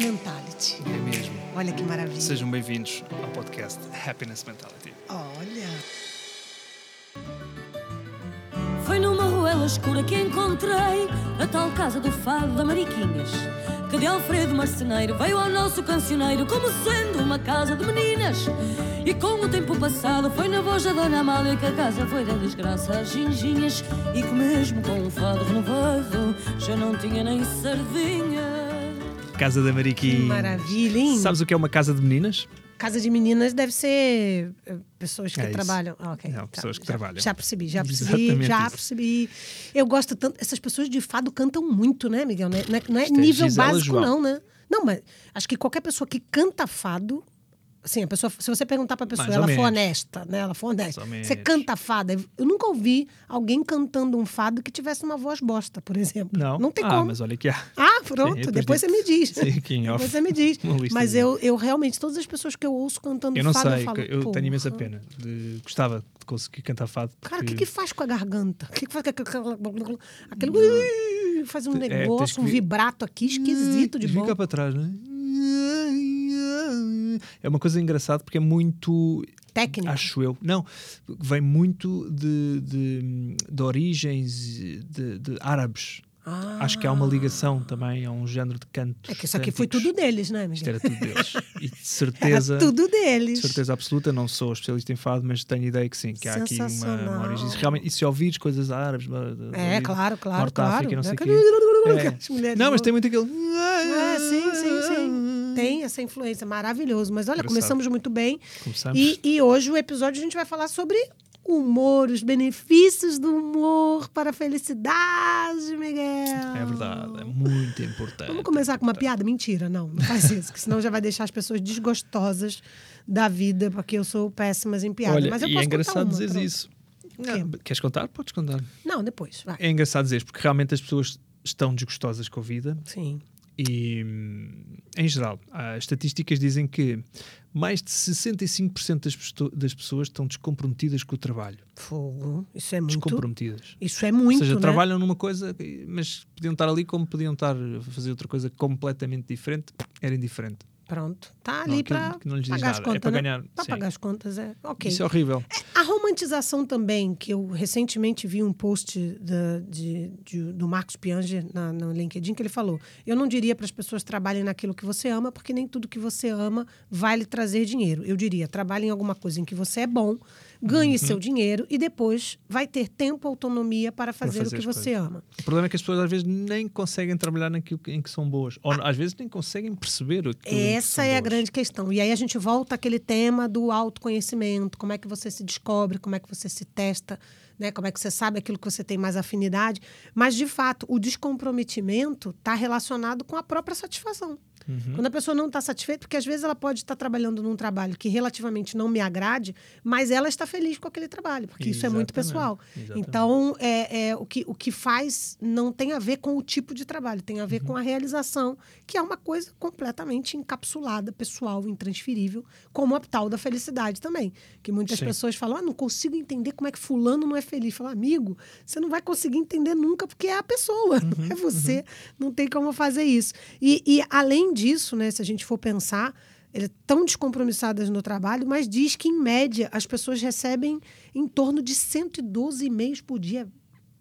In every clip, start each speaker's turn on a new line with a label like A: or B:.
A: noite.
B: É mesmo.
A: Olha que maravilha.
B: Sejam bem-vindos ao podcast Happiness Mentality.
A: Olha.
C: Foi numa ruela escura que encontrei a tal casa do fado da Mariquinhas. Que de Alfredo Marceneiro veio ao nosso cancioneiro como sendo uma casa de meninas. E com o tempo passado foi na voz da Dona Amália que a casa foi da desgraça às ginginhas. E que mesmo com o fado renovado já não tinha nem sardinhas.
B: Casa da
A: Que
B: Mariquinha.
A: maravilha, hein?
B: Sabes o que é uma casa de meninas?
A: Casa de meninas deve ser eh, pessoas que
B: É isso.
A: trabalham. Ah, ok.
B: Não, pessoas
A: já,
B: que trabalham.
A: Já percebi, já percebi,
B: Exatamente
A: já
B: isso.
A: percebi. Eu gosto tanto. Essas pessoas de fado cantam muito, né, Miguel? Não é, não é- não é
B: é
A: nível
B: Gisela
A: básico,
B: João.
A: não, né? Não, mas acho que qualquer pessoa que canta fado. Assim, a pessoa, se você perguntar pra pessoa,
B: Mais ou
A: ela for
B: menos.
A: honesta, né? Ela for honesta.
B: Mais ou
A: Você
B: menos.
A: canta fado. Eu nunca ouvi alguém cantando um fado que tivesse uma voz bosta, por exemplo.
B: Não.
A: Não tem
B: ah,
A: como.
B: mas olha que há.
A: Ah, pronto.
B: Sim,
A: depois
B: depois
A: você me diz.
B: Sim, aqui em off,
A: Depois você me diz.
B: uma lista
A: Mas
B: de-
A: eu, eu realmente, todas as pessoas que eu ouço cantando
B: Eu não
A: fado,
B: sei,
A: eu falo.
B: eu
A: "Pô,
B: tenho imensa pena. de- gostava de conseguir cantar fado.
A: Cara, o
B: porque-
A: que, que faz com a garganta? O que, que faz com aquela- aquele. Faz um
B: É, tens
A: negócio,
B: que-
A: um vibrato aqui esquisito de
B: E
A: bom.
B: Fica para trás, né? É uma coisa engraçada porque é muito.
A: Técnico.
B: Acho eu. Não, vem muito de, de, de origens de, de árabes.
A: Ah.
B: Acho que há uma ligação também a um género de canto.
A: É que isso aqui foi tudo deles, né,
B: Isto
A: Miguel?
B: era tudo deles. E de
A: Era
B: certeza.
A: tudo
B: De
A: deles.
B: certeza absoluta, não sou especialista em fado, mas tenho ideia que sim, que há aqui uma, uma origem.
A: Sensacional.
B: Realmente, e se ouvires coisas árabes, blá, blá, blá,
A: É,
B: ali,
A: claro, claro,
B: Norte
A: claro.
B: da África, não sei o quê.
A: Aquele-
B: É.
A: As mulheres
B: Não,
A: loucas.
B: mas tem muito aquele.
A: É, sim, sim, sim. Tem essa influência, maravilhoso. Mas olha,
B: Engraçado.
A: começamos muito bem.
B: Começamos.
A: E, e hoje o episódio a gente vai falar sobre humor, os benefícios do humor para a felicidade, Miguel.
B: É verdade, é muito importante.
A: Vamos começar com uma piada? Mentira, não. Não faz isso, que senão já vai deixar as pessoas desgostosas da vida, porque eu sou péssimas em piada.
B: Olha,
A: Mas eu
B: e
A: posso
B: é
A: contar
B: engraçado
A: uma,
B: dizer
A: pronto.
B: isso. Não, queres contar? Podes contar.
A: Não, depois, vai.
B: É engraçado dizer porque realmente as pessoas estão desgostosas com a vida
A: Sim.
B: e, hum, em geral, as estatísticas dizem que mais de 65% das, pesto- das pessoas estão descomprometidas com o trabalho.
A: Fogo. Isso é muito.
B: Descomprometidas.
A: Isso é muito,
B: Ou seja,
A: né?
B: trabalham numa coisa, e- mas podiam estar ali como podiam estar a fazer outra coisa completamente diferente, era indiferente.
A: Pronto. Tá
B: Não,
A: ali
B: aquilo
A: para
B: que não lhes diz
A: pagar as
B: nada. É
A: contas.
B: para
A: né?
B: ganhar,
A: Pra
B: sim.
A: pagar as contas, é. Ok.
B: Isso é horrível.
A: A romantização também, que eu recentemente vi um post da- de, de- do Marcos Pianger na, no LinkedIn, que ele falou: Eu não diria para as pessoas trabalhem naquilo que você ama, porque nem tudo que você ama vai lhe trazer dinheiro. Eu diria: trabalhe em alguma coisa em que você é bom, ganhe
B: Uhum.
A: seu dinheiro e depois vai ter tempo, autonomia para fazer,
B: fazer
A: o que
B: as
A: você ama.
B: O problema é que as pessoas às vezes nem conseguem trabalhar naquilo que- em que são boas. Ou às vezes nem conseguem perceber aquilo em que
A: Essa
B: são
A: é a
B: boas.
A: grande questão. E aí a gente volta àquele tema do autoconhecimento, como é que você se descobre, como é que você se testa, né? Como é que você sabe aquilo que você tem mais afinidade. Mas, de fato, o descomprometimento está relacionado com a própria satisfação. Quando a pessoa não está satisfeita, porque às vezes ela pode estar trabalhando num trabalho que relativamente não me agrade, mas ela está feliz com aquele trabalho, porque isso é muito
B: Exatamente,
A: pessoal.
B: exatamente.
A: Então, é, é, o, que, o que faz não tem a ver com o tipo de trabalho, tem a ver
B: Uhum.
A: com a realização, que é uma coisa completamente encapsulada, pessoal, intransferível, como a tal da felicidade também. Que muitas
B: Sim.
A: pessoas falam, ah, não consigo entender como é que fulano não é feliz. Fala, amigo, você não vai conseguir entender nunca, porque é a pessoa,
B: Uhum,
A: não é você. Não tem como fazer isso. E, e além disso, né, se a gente for pensar, elas estão descompromissadas é no trabalho, mas diz que, em média, as pessoas recebem em torno de 112 e-mails por dia.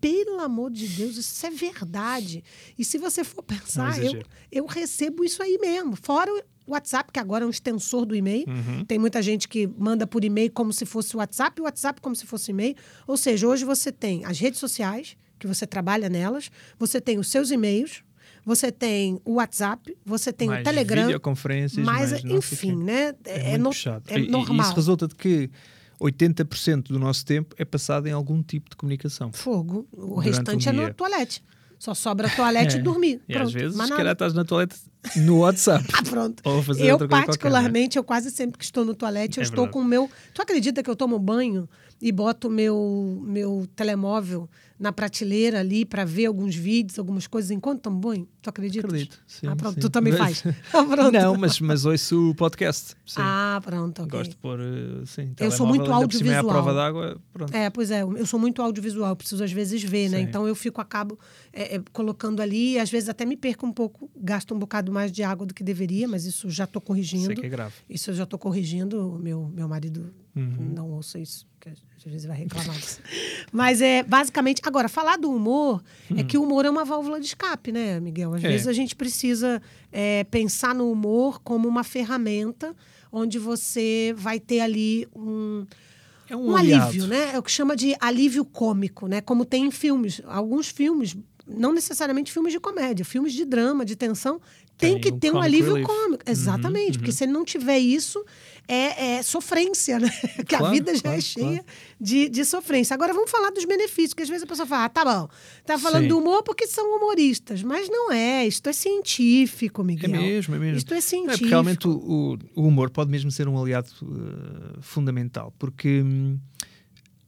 A: Pelo amor de Deus, isso é verdade. E se você for pensar, Ah, eu,
B: é um exagero.
A: eu recebo isso aí mesmo. Fora o WhatsApp, que agora é um extensor do e-mail.
B: Uhum.
A: Tem muita gente que manda por e-mail como se fosse o WhatsApp, e o WhatsApp como se fosse e-mail. Ou seja, hoje você tem as redes sociais, que você trabalha nelas, você tem os seus e-mails, você tem o WhatsApp, você tem
B: mais
A: o Telegram.
B: videoconferências,
A: Mas,
B: mais não sei o quê.
A: enfim, né?
B: É,
A: É,
B: muito
A: no-
B: puxado.
A: é
B: E- e
A: normal.
B: isso resulta de que 80% do nosso tempo é passado em algum tipo de comunicação.
A: Fogo. O
B: Durante
A: restante é
B: um
A: no
B: dia.
A: toalete. Só sobra toalete
B: É.
A: e dormir.
B: E
A: Pronto.
B: às vezes,
A: mas
B: se
A: nada.
B: calhar estás na toaleta no WhatsApp.
A: Ah, pronto.
B: Ou fazer
A: eu,
B: outra coisa qualquer, né?
A: particularmente, eu quase sempre que estou no toalete, eu
B: É
A: estou
B: verdade.
A: com o meu. Tu acredita que eu tomo banho e boto o meu, meu telemóvel na prateleira ali para ver alguns vídeos, algumas coisas enquanto tomo banho. Tu acreditas?
B: Acredito. Sim,
A: ah, pronto,
B: sim.
A: tu também
B: Mas-
A: faz. Ah, pronto.
B: Não, mas, mas ouço o podcast. Sim.
A: Ah, pronto, ok.
B: Gosto de pôr. eh, Sim,
A: Eu sou muito
B: telemóvel, ainda por cima É à
A: audiovisual.
B: prova d'água. Pronto.
A: É, pois é, eu sou muito audiovisual, eu preciso às vezes ver, né?
B: Sim.
A: Então eu fico, acabo é, é, colocando ali, e às vezes até me perco um pouco, gasto um bocado mais de água do que deveria, mas isso já estou corrigindo.
B: Sei que é grave.
A: Isso eu já estou corrigindo, meu, meu marido
B: Uhum.
A: não ouça isso, porque às vezes vai reclamar disso. Mas é basicamente. Agora, falar do humor é que o humor é uma válvula de escape, né, Miguel? Às
B: Uhum. É.
A: vezes a gente precisa é, pensar no humor como uma ferramenta onde você vai ter ali um.
B: É
A: Um, alívio, né? É o que chama de alívio cômico, né? Como tem em filmes. Alguns filmes, não necessariamente filmes de comédia, filmes de drama, de tensão, tem,
B: Tem
A: que
B: um
A: ter um
B: comic
A: alívio
B: relief.
A: cômico. Exatamente, porque
B: uhum.
A: se ele não tiver isso, é, é sofrência, né? Porque a
B: Claro,
A: vida já
B: claro,
A: é cheia de, de sofrência. Agora vamos falar dos benefícios, que às vezes a pessoa fala, ah, tá bom, tá falando
B: Sim.
A: do humor porque são humoristas. Mas não é, isto é científico,
B: É
A: Miguel.
B: mesmo, é mesmo.
A: Isto é
B: Não,
A: científico.
B: porque realmente o, o- o humor pode mesmo ser um aliado eh, fundamental, porque hum,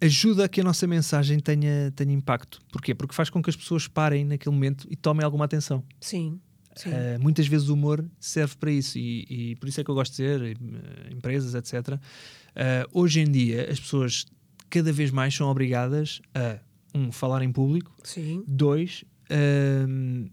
B: ajuda a que a nossa mensagem tenha, tenha impacto. Porquê? Porque faz com que as pessoas parem naquele momento e tomem alguma atenção.
A: Sim, sim.
B: Eh, muitas vezes o humor serve para isso e, e por isso é que eu gosto de dizer, eh, empresas, etc. eh, hoje em dia, as pessoas cada vez mais são obrigadas a, um, falar em público,
A: Sim.
B: Dois, hum,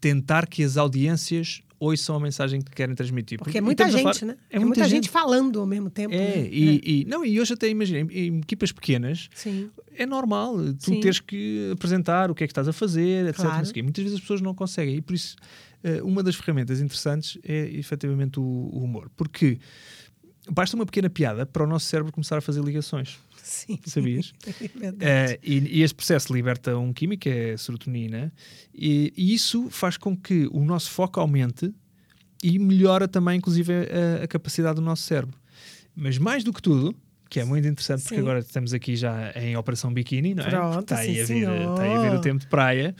B: tentar que as audiências ouçam a mensagem que querem transmitir.
A: Porque é
B: E
A: muita
B: estamos a
A: gente,
B: falar-
A: né? É, muita gente, falando ao mesmo tempo.
B: É,
A: né?
B: e, e- não, e hoje até imagina, em, em equipas pequenas,
A: Sim,
B: é normal tu
A: Sim.
B: teres que apresentar o que é que estás a fazer, etc.
A: Claro.
B: não sei o quê. Muitas vezes as pessoas não conseguem, e por isso eh, uma das ferramentas interessantes é efetivamente o, o humor, porque basta uma pequena piada para o nosso cérebro começar a fazer ligações,
A: sim.
B: sabias?
A: É verdade.
B: Eh, e, e este processo liberta um químico, que é a serotonina, e, e isso faz com que o nosso foco aumente e melhora também, inclusive, a, a capacidade do nosso cérebro. Mas mais do que tudo, que é muito interessante, porque
A: Sim.
B: agora estamos aqui já em Operação Biquíni, não é?
A: Pronto,
B: Porque está, aí
A: sim,
B: a vir,
A: senhor.
B: está aí a vir o tempo de praia.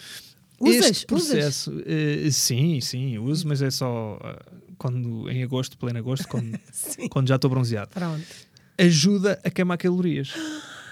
A: Usas?
B: este processo, eh, sim, sim, uso, mas é só ah, quando, em agosto, pleno agosto, quando,
A: Sim.
B: quando já estou bronzeado.
A: Pronto.
B: Ajuda a queimar calorias.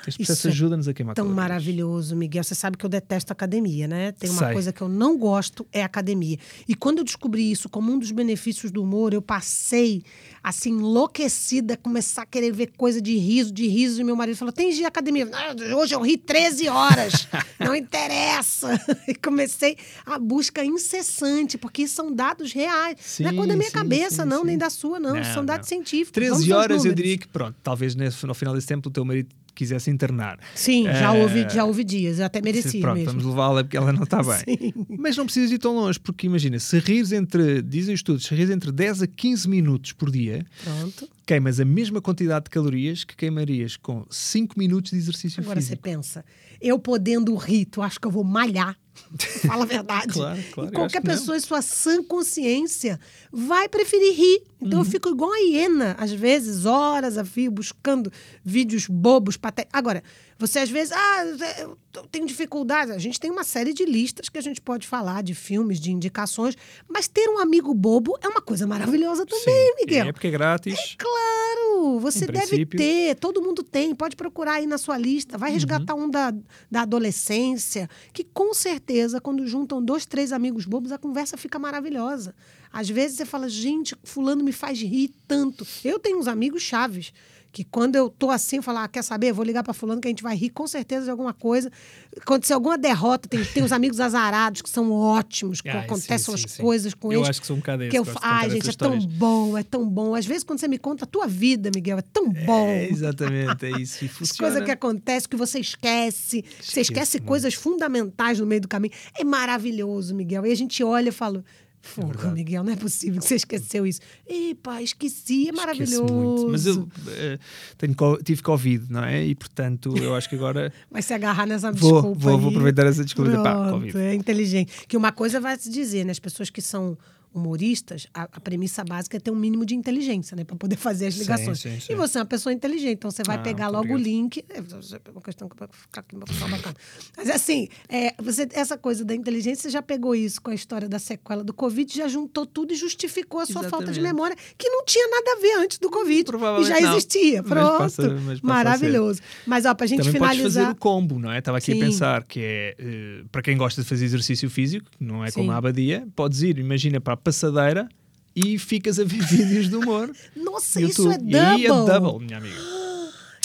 B: Este
A: Isso
B: processo
A: é
B: ajuda-nos a queimar
A: Tão
B: calorias.
A: maravilhoso, Miguel. Você sabe que eu detesto academia, né? Tem uma
B: Sei.
A: coisa que eu não gosto, é academia. E quando eu descobri isso como um dos benefícios do humor, eu passei, assim, enlouquecida, a começar a querer ver coisa de riso, de riso. E meu marido falou, tem dia academia. "Ah, Hoje eu ri 13 horas. não interessa. E comecei a busca incessante, porque são dados reais. não é
B: Sim,
A: coisa da minha
B: sim,
A: cabeça,
B: sim,
A: não,
B: sim.
A: nem da sua, não.
B: Não,
A: são dados científicos.
B: 13
A: Vamos aos
B: horas eu
A: números.
B: diria que pronto, talvez nesse, no final desse tempo o teu marido quisesse internar.
A: Sim, já,
B: Eh,
A: houve, já houve dias, eu até mereci
B: pronto,
A: mesmo.
B: vamos levá-la porque ela não está bem. Mas não precisas ir tão longe, porque imagina, se rires entre, dizem os estudos, se rires entre 10 a 15 minutos por dia,
A: Pronto.
B: queimas a mesma quantidade de calorias que queimarias com 5 minutos de exercício
A: Agora você
B: físico.
A: pensa, eu podendo rir, tu acha que eu vou malhar? Fala a verdade.
B: Claro, claro,
A: e
B: eu
A: qualquer
B: acho que não.
A: pessoa, em sua sã consciência, vai preferir rir. Então eu
B: Uhum.
A: fico igual a hiena, às vezes, horas a fio, buscando vídeos bobos. Pate... Agora, você às vezes, ah, eu tô- tenho dificuldade. A gente tem uma série de listas que a gente pode falar, de filmes, de indicações, mas ter um amigo bobo é uma coisa maravilhosa também,
B: Sim,
A: Miguel.
B: É porque é grátis.
A: Claro, você
B: Em
A: deve
B: princípio. Uhum.
A: ter, todo mundo tem, pode procurar aí na sua lista, vai resgatar um da, da adolescência, que com certeza, quando juntam dois, três amigos bobos, a conversa fica maravilhosa. Às vezes você fala, gente, fulano me faz rir tanto. Eu tenho uns amigos chaves, que quando eu tô assim, eu falo, ah, quer saber? Vou ligar pra fulano que a gente vai rir com certeza de alguma coisa. Acontecer alguma derrota, tem, tem uns amigos azarados que são ótimos, que
B: Ah, sim,
A: acontecem
B: sim,
A: as
B: sim.
A: coisas com
B: Eu
A: eles.
B: acho que sou um bocado
A: que
B: esse,
A: eu
B: gosto de
A: fa- Ai,
B: contar
A: gente, é
B: essas
A: tão
B: histórias.
A: bom, é tão bom. Às vezes, quando você me conta a tua vida, Miguel, é tão bom.
B: É, exatamente, é isso. E
A: As
B: funciona.
A: coisas que acontecem, que você esquece. você esquece
B: muito.
A: coisas fundamentais no meio do caminho. É maravilhoso, Miguel. E a gente olha e fala. Fogo,
B: verdade.
A: Miguel, não é possível que você esqueceu isso. Epa, esqueci, é
B: Esqueço
A: maravilhoso.
B: muito. Mas eu eh, tenho, co- tive Covid, não é? E portanto, eu acho que agora
A: Vai se agarrar nessa
B: Vou-
A: desculpa.
B: vou- vou
A: aí.
B: aproveitar essa desculpa e dizer, pá,
A: Pronto,
B: Covid.
A: É inteligente. Que uma coisa vai se dizer, né? As pessoas que são humoristas, a, a premissa básica é ter um mínimo de inteligência, né? Para poder fazer as
B: Sim,
A: ligações.
B: sim, sim.
A: E você é uma pessoa inteligente, então você vai
B: Ah,
A: pegar
B: muito
A: logo o
B: obrigado.
A: link. É é uma questão que vai ficar aqui, vai ficar bacana. Mas assim, é, você, essa coisa da inteligência, você já pegou isso com a história da sequela do Covid, já juntou tudo e justificou a sua falta de
B: Exatamente.
A: memória, que não tinha nada a ver antes do Covid. E
B: Provavelmente
A: já
B: não.
A: existia.
B: Mas
A: Pronto.
B: passa- mas passa a ser.
A: Maravilhoso. Mas ó, pra gente
B: Também podes fazer
A: finalizar.
B: o combo, não é? Estava aqui
A: Sim.
B: a pensar que é eh, para quem gosta de fazer exercício físico, que não é
A: Sim.
B: como a abadia, podes ir, imagina, para a passadeira e ficas a ver vídeos de humor.
A: Nossa,
B: no
A: isso é
B: YouTube. E aí é
A: double.
B: double, minha amiga.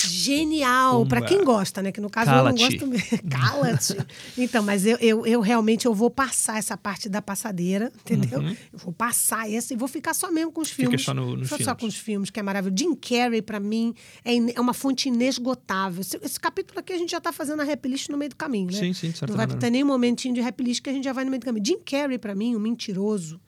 A: Genial! Pra
B: Pumba.
A: quem gosta, né? Que no caso eu não
B: Cala-te.
A: gosto mesmo. Cala-te! Então, mas eu, eu, eu realmente eu vou passar essa parte da passadeira, entendeu? Eu vou passar essa e vou ficar só mesmo com os
B: Uhum. Fica
A: filmes.
B: só no- nos
A: só, só
B: filmes.
A: com os filmes, que é maravilhoso. Jim Carrey, pra mim, é, in- é uma fonte inesgotável. Esse, esse capítulo aqui a gente já tá fazendo a rap list no meio do caminho, né?
B: Sim, sim, de certa
A: Não vai
B: maneira.
A: ter nenhum momentinho de rap list que a gente já vai no meio do caminho. Jim Carrey, pra mim, um mentiroso.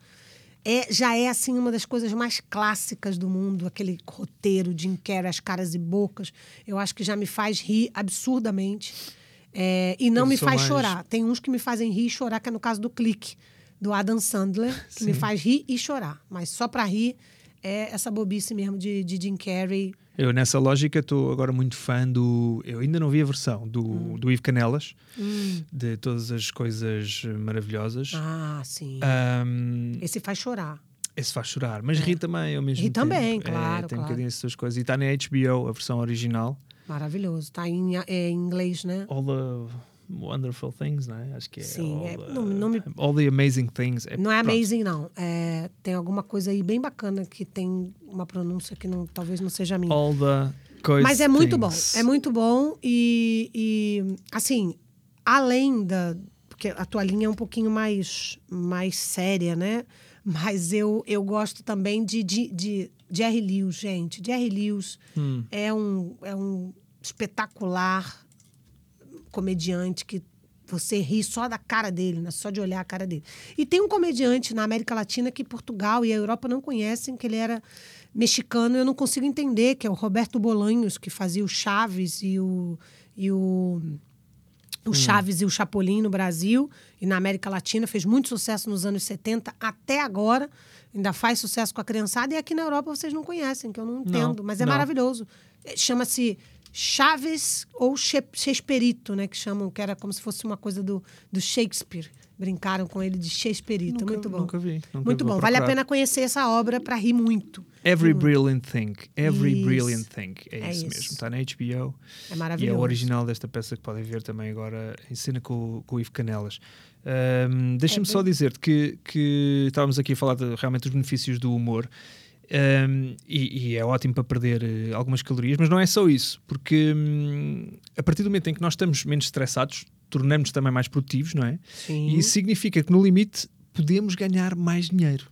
A: É, já é assim uma das coisas mais clássicas do mundo, aquele roteiro de Carrey, as caras e bocas. Eu acho que já me faz rir absurdamente. É, e não
B: Eu
A: me
B: sou
A: faz
B: mais-
A: chorar. Tem uns que me fazem rir e chorar, que é no caso do clique, do Adam Sandler, que me faz rir e chorar. Mas só pra rir é essa bobice mesmo de, de Jim Carrey.
B: Eu, nessa lógica, estou agora muito fã do. Eu ainda não vi a versão do,
A: Hum.
B: do Ivo Canelas, de todas as coisas maravilhosas.
A: Ah, sim.
B: Ahm,
A: Esse faz chorar.
B: esse faz chorar, mas ri também ao mesmo
A: É. Ri
B: tempo.
A: também,
B: É,
A: claro,
B: Tem
A: claro.
B: um bocadinho essas coisas. E está na HBO, a versão original.
A: Maravilhoso. Tá em, é, em inglês, né?
B: All the Wonderful Things, não é? Acho que é.
A: Sim,
B: all,
A: é-
B: the,
A: não- não me-
B: all the Amazing Things. É,
A: Não é
B: pronto.
A: amazing, não. É, tem alguma coisa aí bem bacana que tem uma pronúncia que não, talvez não seja a minha.
B: All the coisas.
A: Mas é muito bom.
B: things.
A: É muito bom e, e, assim, além da. Porque a tua linha é um pouquinho mais, mais séria, né? Mas eu, eu gosto também de, de, de Jerry Lewis, gente. Jerry Lewis
B: Hum.
A: é, um, é um espetacular comediante que você ri só da cara dele, né? só de olhar a cara dele. E tem um comediante na América Latina que Portugal e a Europa não conhecem, que ele era mexicano, eu não consigo entender, que é o Roberto Bolanhos, que fazia o Chaves e o, e o,
B: Hum.
A: o Chaves e o Chapolin no Brasil e na América Latina, fez muito sucesso nos anos 70 até agora, ainda faz sucesso com a criançada, e aqui na Europa vocês não conhecem, que eu não entendo, mas é
B: não.
A: maravilhoso maravilhoso. Eh, Chama-se Chaves ou Shep- Shakespearito, né? Que chamam, que era como se fosse uma coisa do, do Shakespeare. Brincaram com ele de Shakespearito.
B: Nunca-
A: muito bom.
B: nunca vi, nunca
A: muito
B: vou
A: bom. Vale a
B: procurar.
A: pena conhecer essa obra para rir muito.
B: Every Brilliant Thing. Every
A: Isso.
B: Brilliant Thing. É,
A: É
B: isso,
A: isso.
B: mesmo. Está na HBO.
A: É
B: E é
A: maravilhoso.
B: o original desta peça que podem ver também agora em cena com, com o Ivo Canelas. Ahm, Deixa-me só dizer-te que, que estávamos aqui a falar de, realmente dos benefícios do humor. Ahm, e, e é ótimo para perder eh, algumas calorias, mas não é só isso, porque hum, a partir do momento em que nós estamos menos estressados, tornamos-nos também mais produtivos, não é?
A: Sim.
B: E isso significa que no limite podemos ganhar mais dinheiro.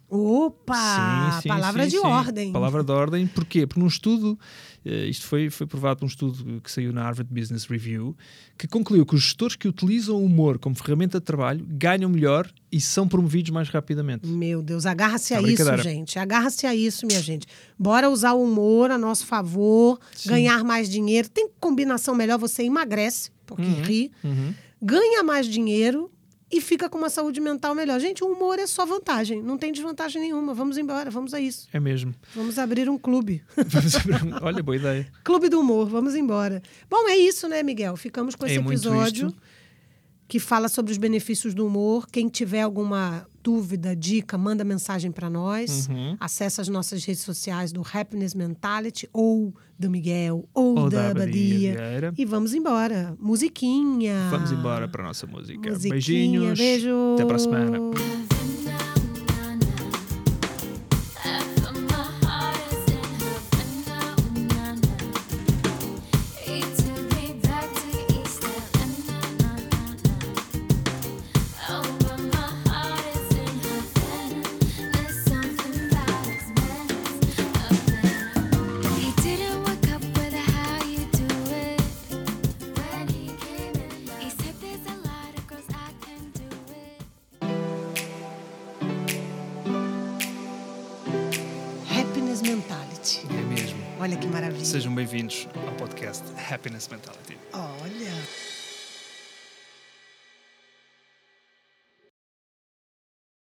A: Opa!
B: Sim, sim,
A: palavra
B: sim,
A: de
B: sim.
A: ordem. né?
B: Palavra de ordem, porquê? Porque num estudo, eh, isto foi, foi provado por um estudo que saiu na Harvard Business Review, que concluiu que os gestores que utilizam o humor como ferramenta de trabalho ganham melhor e são promovidos mais rapidamente.
A: Meu Deus, agarra-se a
B: Tá
A: isso,
B: brincadeira.
A: gente. Agarra-se a isso, minha gente. Bora usar o humor a nosso favor, ganhar mais dinheiro. Tem combinação melhor, você emagrece, porque
B: Uhum.
A: ri, ganha mais dinheiro e fica com uma saúde mental melhor. Gente, o humor é só vantagem, não tem desvantagem nenhuma. Vamos embora, vamos a isso.
B: É mesmo.
A: Vamos abrir um clube.
B: Vamos abrir um- Olha, boa ideia.
A: clube do humor, vamos embora. Bom, é isso, né, Miguel? Ficamos com
B: É
A: esse
B: muito
A: episódio
B: isto.
A: que fala sobre os benefícios do humor. Quem tiver alguma dúvida, dica, manda mensagem para nós.
B: Uhum.
A: Acesse as nossas redes sociais do Happiness Mentality ou do Miguel ou,
B: Ou
A: da
B: da
A: Abadia.
B: Abadia Vieira.
A: E vamos embora. Musiquinha.
B: Vamos embora para a nossa música.
A: Ah, Musiquinha,
B: Beijinhos.
A: Beijo.
B: Até para a semana.
D: There's a lot of girls I can do it.
A: Happiness Mentality.
B: É mesmo.
A: Olha que maravilha.
B: Sejam bem-vindos ao podcast Happiness Mentality.
A: Olha.